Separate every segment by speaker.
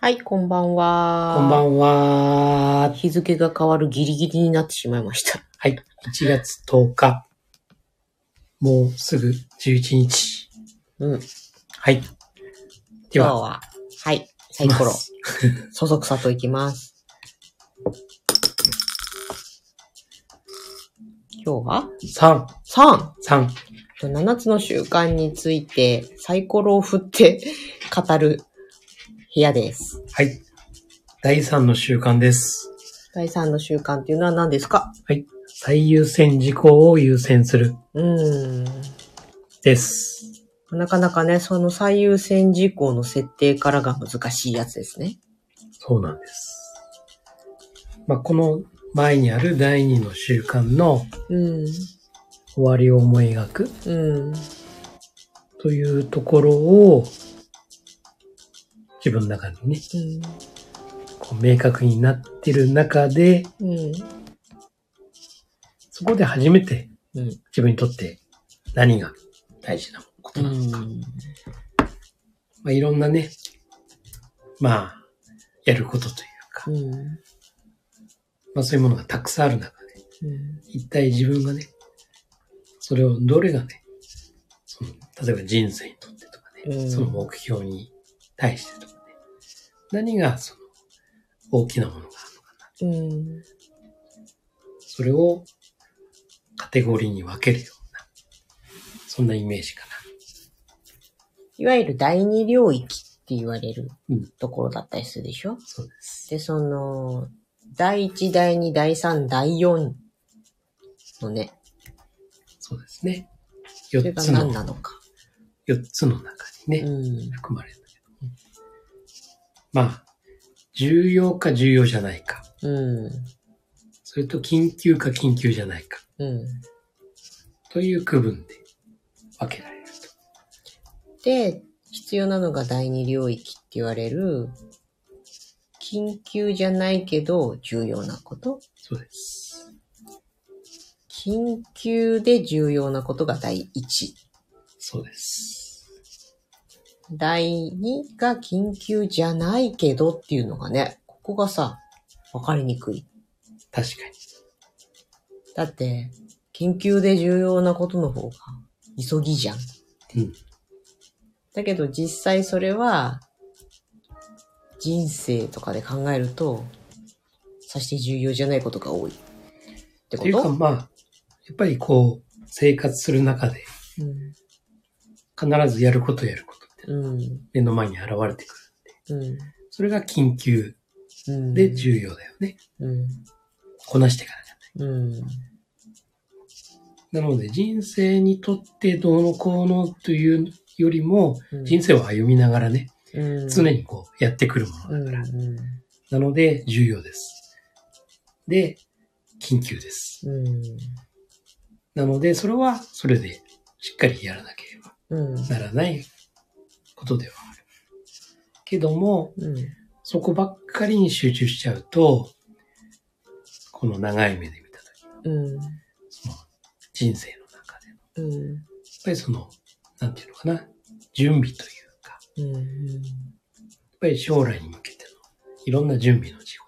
Speaker 1: はい、こんばんは。
Speaker 2: こんばんは。
Speaker 1: 日付が変わるギリギリになってしまいました。
Speaker 2: はい。1月10日。もうすぐ11日。
Speaker 1: うん。で
Speaker 2: はい。で
Speaker 1: 今日
Speaker 2: は、
Speaker 1: は、はい、サイコロ
Speaker 2: 行きま。す
Speaker 1: そそくさといきます。今日は
Speaker 2: 3、
Speaker 1: 3
Speaker 2: 3。
Speaker 1: と7つの習慣についてサイコロを振って 語る部屋です。
Speaker 2: はい。第3の習慣です。
Speaker 1: 第3の習慣っていうのは何ですか
Speaker 2: 最優先事項を優先する。
Speaker 1: うーん。
Speaker 2: です。
Speaker 1: なかなかね、その最優先事項の設定からが難しいやつですね。
Speaker 2: そうなんです。まあ、この前にある第2の習慣の
Speaker 1: うん。
Speaker 2: 終わりを思い描く
Speaker 1: うん。
Speaker 2: というところを、自分の中にね、こう明確になってる中で、
Speaker 1: うん。
Speaker 2: そこで初めて
Speaker 1: うん。
Speaker 2: 自分にとって何が大事なことなのか。まあ、いろんなね、まあ、やることというか、
Speaker 1: うん。
Speaker 2: まあそういうものがたくさんある中で、一体自分がね、それをどれがね、その例えば人生にとってとかね、
Speaker 1: うん
Speaker 2: その目標に対してとかね、何がその大きなものがあるのかな。
Speaker 1: うん。
Speaker 2: それをカテゴリーに分けるような、そんなイメージか
Speaker 1: いわゆる第二領域って言われる
Speaker 2: うん
Speaker 1: ところだったりするでしょ、
Speaker 2: な。そうです。
Speaker 1: で、その、第一、第二、第三、第四のね、
Speaker 2: そうですね。
Speaker 1: それ
Speaker 2: 4
Speaker 1: が
Speaker 2: つの
Speaker 1: 何なのか。
Speaker 2: 4つの中に
Speaker 1: う
Speaker 2: ね、
Speaker 1: ん。
Speaker 2: 含まれるんだけど、まあ、重要か重要じゃないか、
Speaker 1: うん。
Speaker 2: それと緊急か緊急じゃないか、
Speaker 1: うん。
Speaker 2: という区分で分けられる
Speaker 1: で、必要なのが第二領域って言われる、緊急じゃないけど重要なこと。
Speaker 2: と。そうです。
Speaker 1: 緊急で重要なことが第一。
Speaker 2: そうです。
Speaker 1: 第2が緊急じゃないけどっていうのがね、ここがさ、わかりにくい。
Speaker 2: 確かに。
Speaker 1: だって、緊急で重要なことの方が急ぎじゃん。
Speaker 2: うん
Speaker 1: だけど実際それは、人生とかで考えると、さして重要じゃないことが多い。って
Speaker 2: と
Speaker 1: こ
Speaker 2: いうか
Speaker 1: と
Speaker 2: まあ、やっぱりこう、生活する中で
Speaker 1: うん。
Speaker 2: 必ずやることやることって
Speaker 1: うん。
Speaker 2: 目の前に現れてく
Speaker 1: うん
Speaker 2: る。それが緊急
Speaker 1: うん。
Speaker 2: で重要だよね。
Speaker 1: うん。
Speaker 2: こなしていかなきゃ
Speaker 1: うん。
Speaker 2: なので人生にとってどうのこうのというよりも、
Speaker 1: うん
Speaker 2: 人生を歩みながらね、
Speaker 1: うん。
Speaker 2: 常にこうやってくるも
Speaker 1: う
Speaker 2: の
Speaker 1: ん。
Speaker 2: だから。
Speaker 1: うん。
Speaker 2: なので重要です。で、緊急です。
Speaker 1: うん。
Speaker 2: なのでそれはそれでしっかりやらなければ
Speaker 1: うん。
Speaker 2: ならないことではある。けども、
Speaker 1: うん。
Speaker 2: そこばっかりに集中しちゃうと、この長い目で見たとき、
Speaker 1: うん。
Speaker 2: その人生の中での、やっ
Speaker 1: うん。
Speaker 2: ぱりその、なんていうのかな、準備というか、
Speaker 1: うん。
Speaker 2: やっぱり将来に向けてのいろんな準備の事項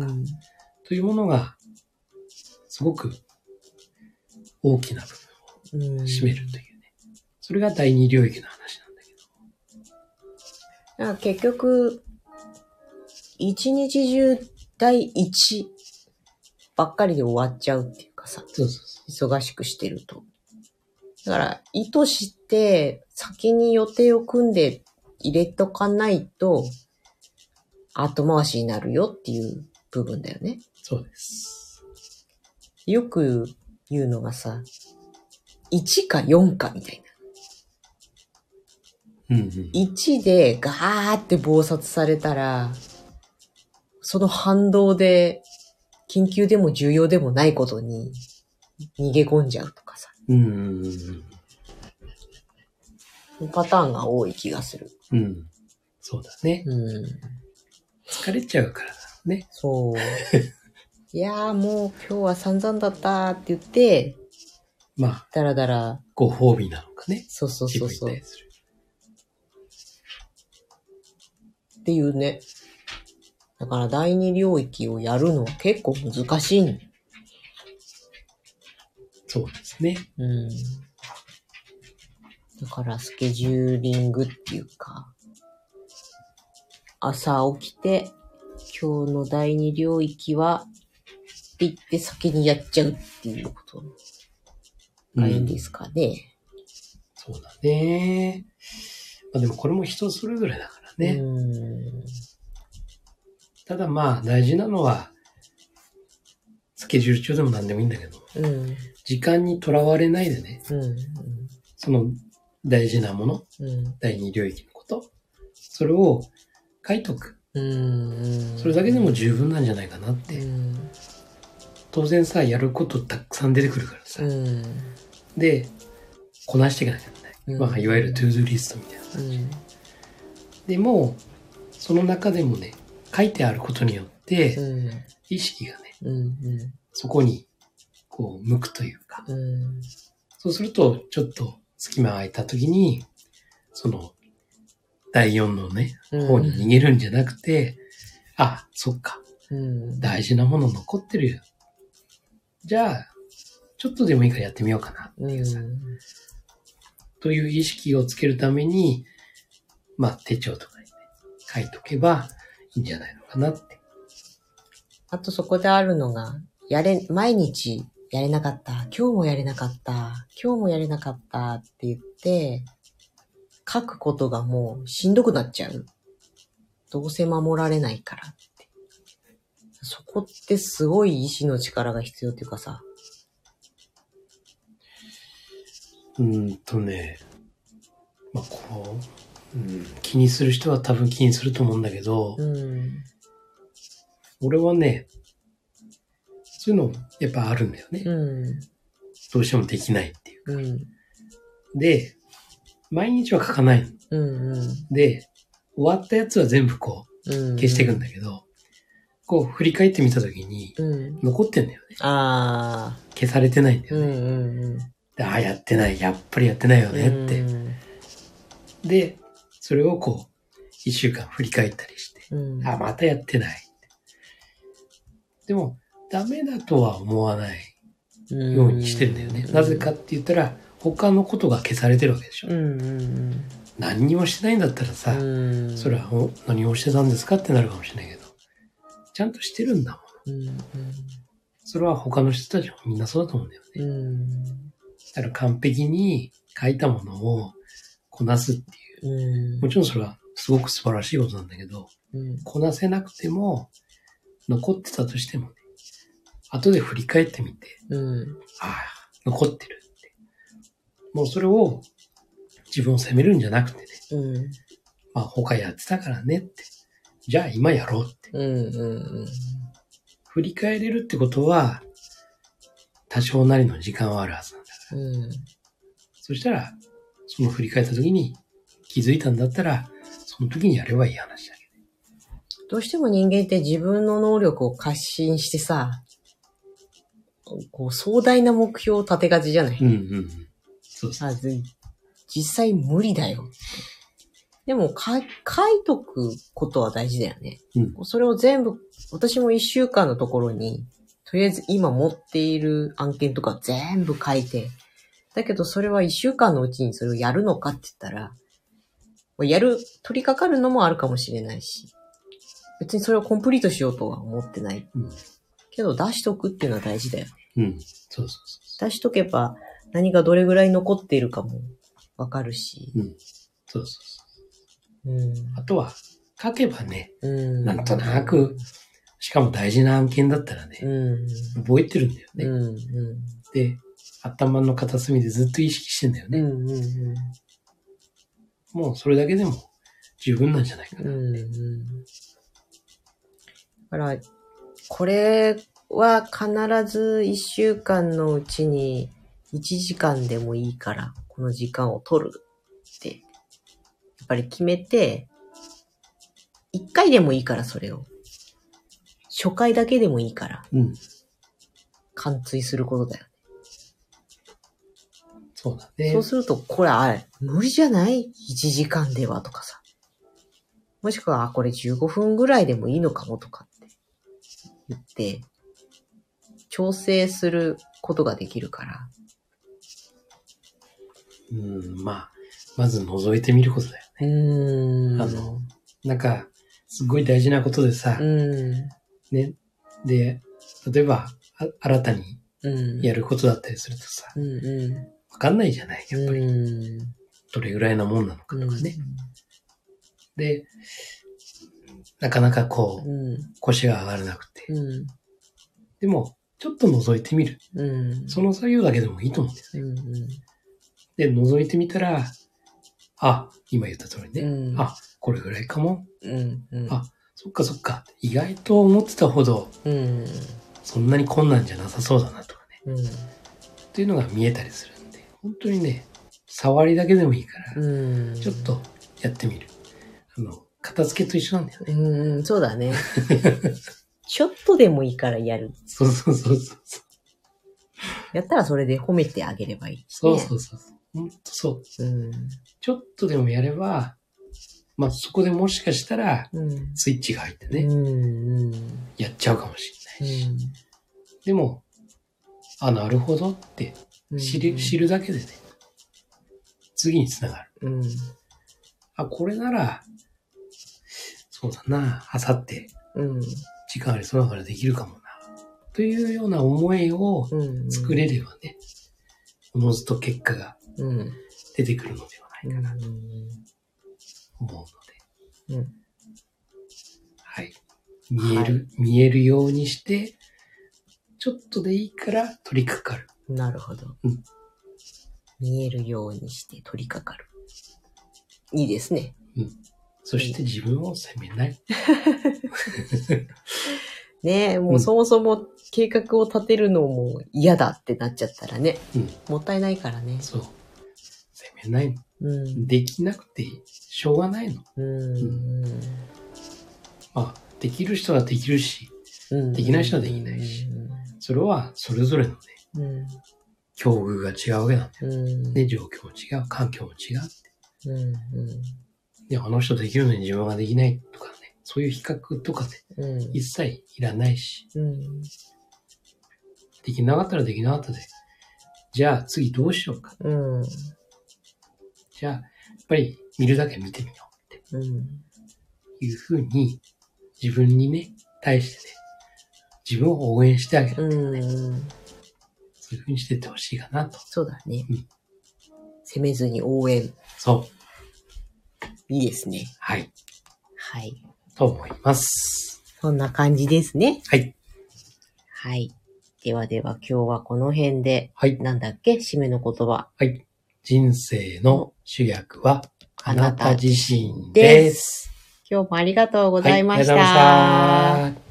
Speaker 2: だったり
Speaker 1: うん。
Speaker 2: というものが、すごく大きな
Speaker 1: う
Speaker 2: 部
Speaker 1: ん
Speaker 2: 分を占めるというね。それが第二領域の話なんだけど。
Speaker 1: だから結局、一日中第一ばっかりで終わっちゃうっていうかさ、
Speaker 2: そうそうそ
Speaker 1: 忙しくしてると。だから、意図して先に予定を組んで入れとかないと、後回しになるよっていう部分だよね。
Speaker 2: う。そうです。
Speaker 1: よく言うのがさ、1か4かみたいな。
Speaker 2: うんうん。
Speaker 1: 1でガーって暴殺されたら、その反動で、緊急でも重要でもないことに逃げ込んじゃうとかさ、
Speaker 2: うんうんうん
Speaker 1: パターンが多い気がする。
Speaker 2: うん。うん。そうだね。
Speaker 1: うん。
Speaker 2: 疲れちゃうからだね。
Speaker 1: そう。いやーもう今日は散々だったって言って、
Speaker 2: まあ、
Speaker 1: だらだら、
Speaker 2: ご褒美なのかね。
Speaker 1: そうそう
Speaker 2: 自
Speaker 1: そう
Speaker 2: 分に
Speaker 1: そう
Speaker 2: 対。する。
Speaker 1: っていうね。だから第二領域をやるのは結構難しいね。
Speaker 2: そうですね。
Speaker 1: うん。だからスケジューリングっていうか、朝起きて、今日の第二領域は、って言って先にやっちゃうっていうことがいいんですかね。
Speaker 2: そうだね。まあでもこれも人それぞれだからね。
Speaker 1: うん。
Speaker 2: ただまあ大事なのは、スケジュール中でも何でもいいんだけど、
Speaker 1: うん。
Speaker 2: 時間にとらわれないでね、
Speaker 1: うん。
Speaker 2: その大事なもの、
Speaker 1: うん。
Speaker 2: 第二領域のこと、それを書いとく。
Speaker 1: うん。
Speaker 2: それだけでも十分なんじゃないかなっ
Speaker 1: う
Speaker 2: て。
Speaker 1: ん。
Speaker 2: 当然さ、やることたくさん出てくるからさ
Speaker 1: う。ん。
Speaker 2: で、こなしていかなきゃいけ
Speaker 1: う
Speaker 2: ない。
Speaker 1: ん
Speaker 2: まあ、いわゆるトゥードゥーリストみたいな。
Speaker 1: うん。
Speaker 2: でも、その中でもね、書いてあることによって、
Speaker 1: うん。
Speaker 2: 意識がね、
Speaker 1: うん。
Speaker 2: そこに、こう、向くというか、
Speaker 1: うん。
Speaker 2: そうすると、ちょっと隙間が空いた時に、その、第4のね、
Speaker 1: うん。
Speaker 2: 方に逃げるんじゃなくて、あ、そっか、
Speaker 1: うん。
Speaker 2: 大事なもの残ってるよ。じゃあ、ちょっとでもいいからやってみようかな、
Speaker 1: うん。
Speaker 2: という意識をつけるために、まあ、手帳とかにね、書いとけばいいんじゃないのかなって。
Speaker 1: あとそこであるのが、やれ、毎日やれなかった、今日もやれなかった、今日もやれなかったって言って、書くことがもうしんどくなっちゃう。どうせ守られないからって。そこってすごい意志の力が必要っていうかさ。
Speaker 2: うーんとね、まあ、こう、うん、気にする人は多分気にすると思うんだけど、
Speaker 1: うん。
Speaker 2: 俺はね、そういうのやっぱあるんだよね。
Speaker 1: うん。
Speaker 2: どうしてもできないっていう。
Speaker 1: うん。
Speaker 2: で、毎日は書かないの。
Speaker 1: うん。
Speaker 2: で、終わったやつは全部こ
Speaker 1: うん。
Speaker 2: う消していくん
Speaker 1: だ。
Speaker 2: だけど、こう振り返ってみたときに
Speaker 1: うん。
Speaker 2: 残ってんだよね。
Speaker 1: ああ。
Speaker 2: 消されてないんだ
Speaker 1: う
Speaker 2: よ
Speaker 1: ん
Speaker 2: ね。
Speaker 1: うんうん。
Speaker 2: でああ、やってない。やっぱりやってないよねって。
Speaker 1: うん
Speaker 2: で、それをこう、一週間振り返ったりして、
Speaker 1: うん。
Speaker 2: あ、またやってない。でも、ダメだとは思わない。ようにしてんだよね。なぜかって言ったら、他のことが消されてるわけでしょ。
Speaker 1: うんうんうん。
Speaker 2: 何にもしてないんだったらさ、
Speaker 1: うん
Speaker 2: それはお何をしてたんですかってなるかもしれないけど、ちゃんとしてるんだもん。
Speaker 1: うんうん
Speaker 2: それは他の人たちもみんなそうだと思うんだよね。
Speaker 1: うん
Speaker 2: だから完璧に書いたものをこなすっていう。
Speaker 1: うん
Speaker 2: もちろんそれはすごく素晴らしいことなんだけど、
Speaker 1: うん
Speaker 2: こなせなくても、残ってたとしてもね、後で振り返ってみて、
Speaker 1: うん
Speaker 2: ああ、残ってるって。もうそれを自分を責めるんじゃなくてね、
Speaker 1: うん
Speaker 2: まあ他やってたからねって。じゃあ今やろうって。
Speaker 1: うんうん
Speaker 2: 振り返れるってことは、多少なりの時間はあるはずなんだから。
Speaker 1: うん
Speaker 2: そしたら、その振り返った時に気づいたんだったら、その時にやればいい話だけ
Speaker 1: どうしても人間って自分の能力を過信してさ、こう壮大な目標を立てがちじゃない、
Speaker 2: ど。うんうんうん。そうそう。
Speaker 1: あず実際無理だよ。でもか、書いとくことは大事だよね。
Speaker 2: うん
Speaker 1: それを全部、私も一週間のところに、とりあえず今持っている案件とか全部書いて、だけどそれは一週間のうちにそれをやるのかって言ったら、もうやる、取り掛かるのもあるかもしれないし、別にそれをコンプリートしようとは思ってない。
Speaker 2: うん
Speaker 1: けど出しとくっていうのは大事だよ。
Speaker 2: うん。そうそうそ
Speaker 1: 出しとけば何がどれぐらい残っているかもわかるし。
Speaker 2: う。うん。そうそうそう。
Speaker 1: うん。
Speaker 2: あとは、書けばね、
Speaker 1: うん。
Speaker 2: なんとなく。、しかも大事な案件だったら
Speaker 1: う
Speaker 2: ね、
Speaker 1: ん。
Speaker 2: 覚えてるんだよ
Speaker 1: うん。
Speaker 2: ね。
Speaker 1: う
Speaker 2: で、頭の片隅でずっと意識してんだよ
Speaker 1: ん。う
Speaker 2: ね。
Speaker 1: ん。うん。
Speaker 2: もうそれだけでも十分なんじゃないか
Speaker 1: う
Speaker 2: な。
Speaker 1: んうん。だから、これは必ず一週間のうちに一時間でもいいから、この時間を取るって、やっぱり決めて、一回でもいいからそれを。初回だけでもいいから、
Speaker 2: うん。
Speaker 1: 貫通することだよ。
Speaker 2: そうだね
Speaker 1: そう。すると、これ、あれ、無理じゃない ?1 時間ではとかさ。もしくは、あこれ15分ぐらいでもいいのかもとかって言って、調整することができるから。
Speaker 2: うん、まあ、まず覗いてみることだよ。
Speaker 1: うーん。
Speaker 2: あの、なんか、すっごい大事なことでさ、
Speaker 1: うん。
Speaker 2: ね、で、例えば、あ新たに
Speaker 1: うん。
Speaker 2: やることだったりするとさ、
Speaker 1: うんう
Speaker 2: わかんないじゃない
Speaker 1: ん。
Speaker 2: やっぱり、
Speaker 1: うん。
Speaker 2: どれぐらいなもんなのかとかね。で、なかなかこ
Speaker 1: う
Speaker 2: う、
Speaker 1: ん。
Speaker 2: 腰が上がらなくて。
Speaker 1: うん。
Speaker 2: でも、ちょっと覗いてみる。
Speaker 1: うん。
Speaker 2: その作業だけでもいいと思うんです
Speaker 1: うんうん。
Speaker 2: よ。で、覗いてみたら、あ、今言った通りね。
Speaker 1: うん。
Speaker 2: あ、これぐらいかも。
Speaker 1: うん。うん。
Speaker 2: あそっかそっか。意外と思ってたほど、
Speaker 1: うん。
Speaker 2: そんなに困難じゃなさそうだなとかね。
Speaker 1: うん。
Speaker 2: っていうのが見えたりするんで、本当にね、触りだけでもいいから、
Speaker 1: うん。
Speaker 2: ちょっ。とやってみる。あの、片付けと一緒なんだよね。
Speaker 1: うんうん。そうだ ね。ちょっとでもいいからやる。
Speaker 2: そうそうそうそう。
Speaker 1: やったらそれで褒めてあげればいいし
Speaker 2: そ
Speaker 1: ね。
Speaker 2: うそうそう。ほんとそう。
Speaker 1: うん。
Speaker 2: ちょっとでもやれば、まあ、そこでもしかしたら、
Speaker 1: うん。
Speaker 2: スイッチが入ってね、
Speaker 1: うん。うん。
Speaker 2: やっちゃうかもしれないし。でも、あ、なるほどって
Speaker 1: うん
Speaker 2: 知る、知。るだけでね、次につながる。
Speaker 1: うん。
Speaker 2: あ、これなら、そうだな、あさって、
Speaker 1: うん。
Speaker 2: 時間ありそうだからできるかもな。というような思いを
Speaker 1: うん。
Speaker 2: 作れればね、おのずと結果が
Speaker 1: うん。うん。
Speaker 2: 出てくるのではないかなと思うので。
Speaker 1: うん。
Speaker 2: はい。見える、見えるようにして、ちょっとでいいから取り掛かる。
Speaker 1: なるほど
Speaker 2: うん。
Speaker 1: 見えるようにして取り掛かる。いいですね。
Speaker 2: そして自分を責めない。
Speaker 1: ねえ、も
Speaker 2: うん
Speaker 1: うそもそも計画を立てるのも嫌だってなっちゃったらね、
Speaker 2: うん
Speaker 1: もったいないからね。
Speaker 2: そう。責めないの。
Speaker 1: うん。
Speaker 2: できなくてしょうがないの。
Speaker 1: うん。
Speaker 2: まあ、できる人はできるし、
Speaker 1: うん。
Speaker 2: できない人はできないし
Speaker 1: う
Speaker 2: それはそれぞれのね、
Speaker 1: ん。うん。
Speaker 2: 境遇が違うわけなんだよ。
Speaker 1: うん。
Speaker 2: ね、状況も違う、環境も違う。
Speaker 1: うん。
Speaker 2: で、あの人できるのに自分はできないとかね、そういう比較とかね、
Speaker 1: うん。うん。
Speaker 2: 一切いらないし、
Speaker 1: うん。
Speaker 2: できなかったらできなかったで、じゃあ次どうしようか。
Speaker 1: うん。
Speaker 2: じゃあ、やっぱり見るだけ見てみよう
Speaker 1: う
Speaker 2: っ
Speaker 1: ん。
Speaker 2: ていうふうに、自分にね、対してね、自分を応援してあげる。
Speaker 1: うん。
Speaker 2: そういうふうにしてってほしいかなと。
Speaker 1: そうだね
Speaker 2: うん。
Speaker 1: 責めずに応援。
Speaker 2: そう。
Speaker 1: いいですね。
Speaker 2: はい。
Speaker 1: はい。
Speaker 2: と思います。
Speaker 1: そんな感じですね。
Speaker 2: はい。
Speaker 1: はい。ではでは今日はこの辺で、
Speaker 2: はい。
Speaker 1: なんだっけ締めの言葉
Speaker 2: はい。人生の主役は、あ
Speaker 1: あ
Speaker 2: な
Speaker 1: な
Speaker 2: た
Speaker 1: た
Speaker 2: 自身
Speaker 1: で。
Speaker 2: ですす。
Speaker 1: 今日もありがとうございました。
Speaker 2: はいありがとうございました。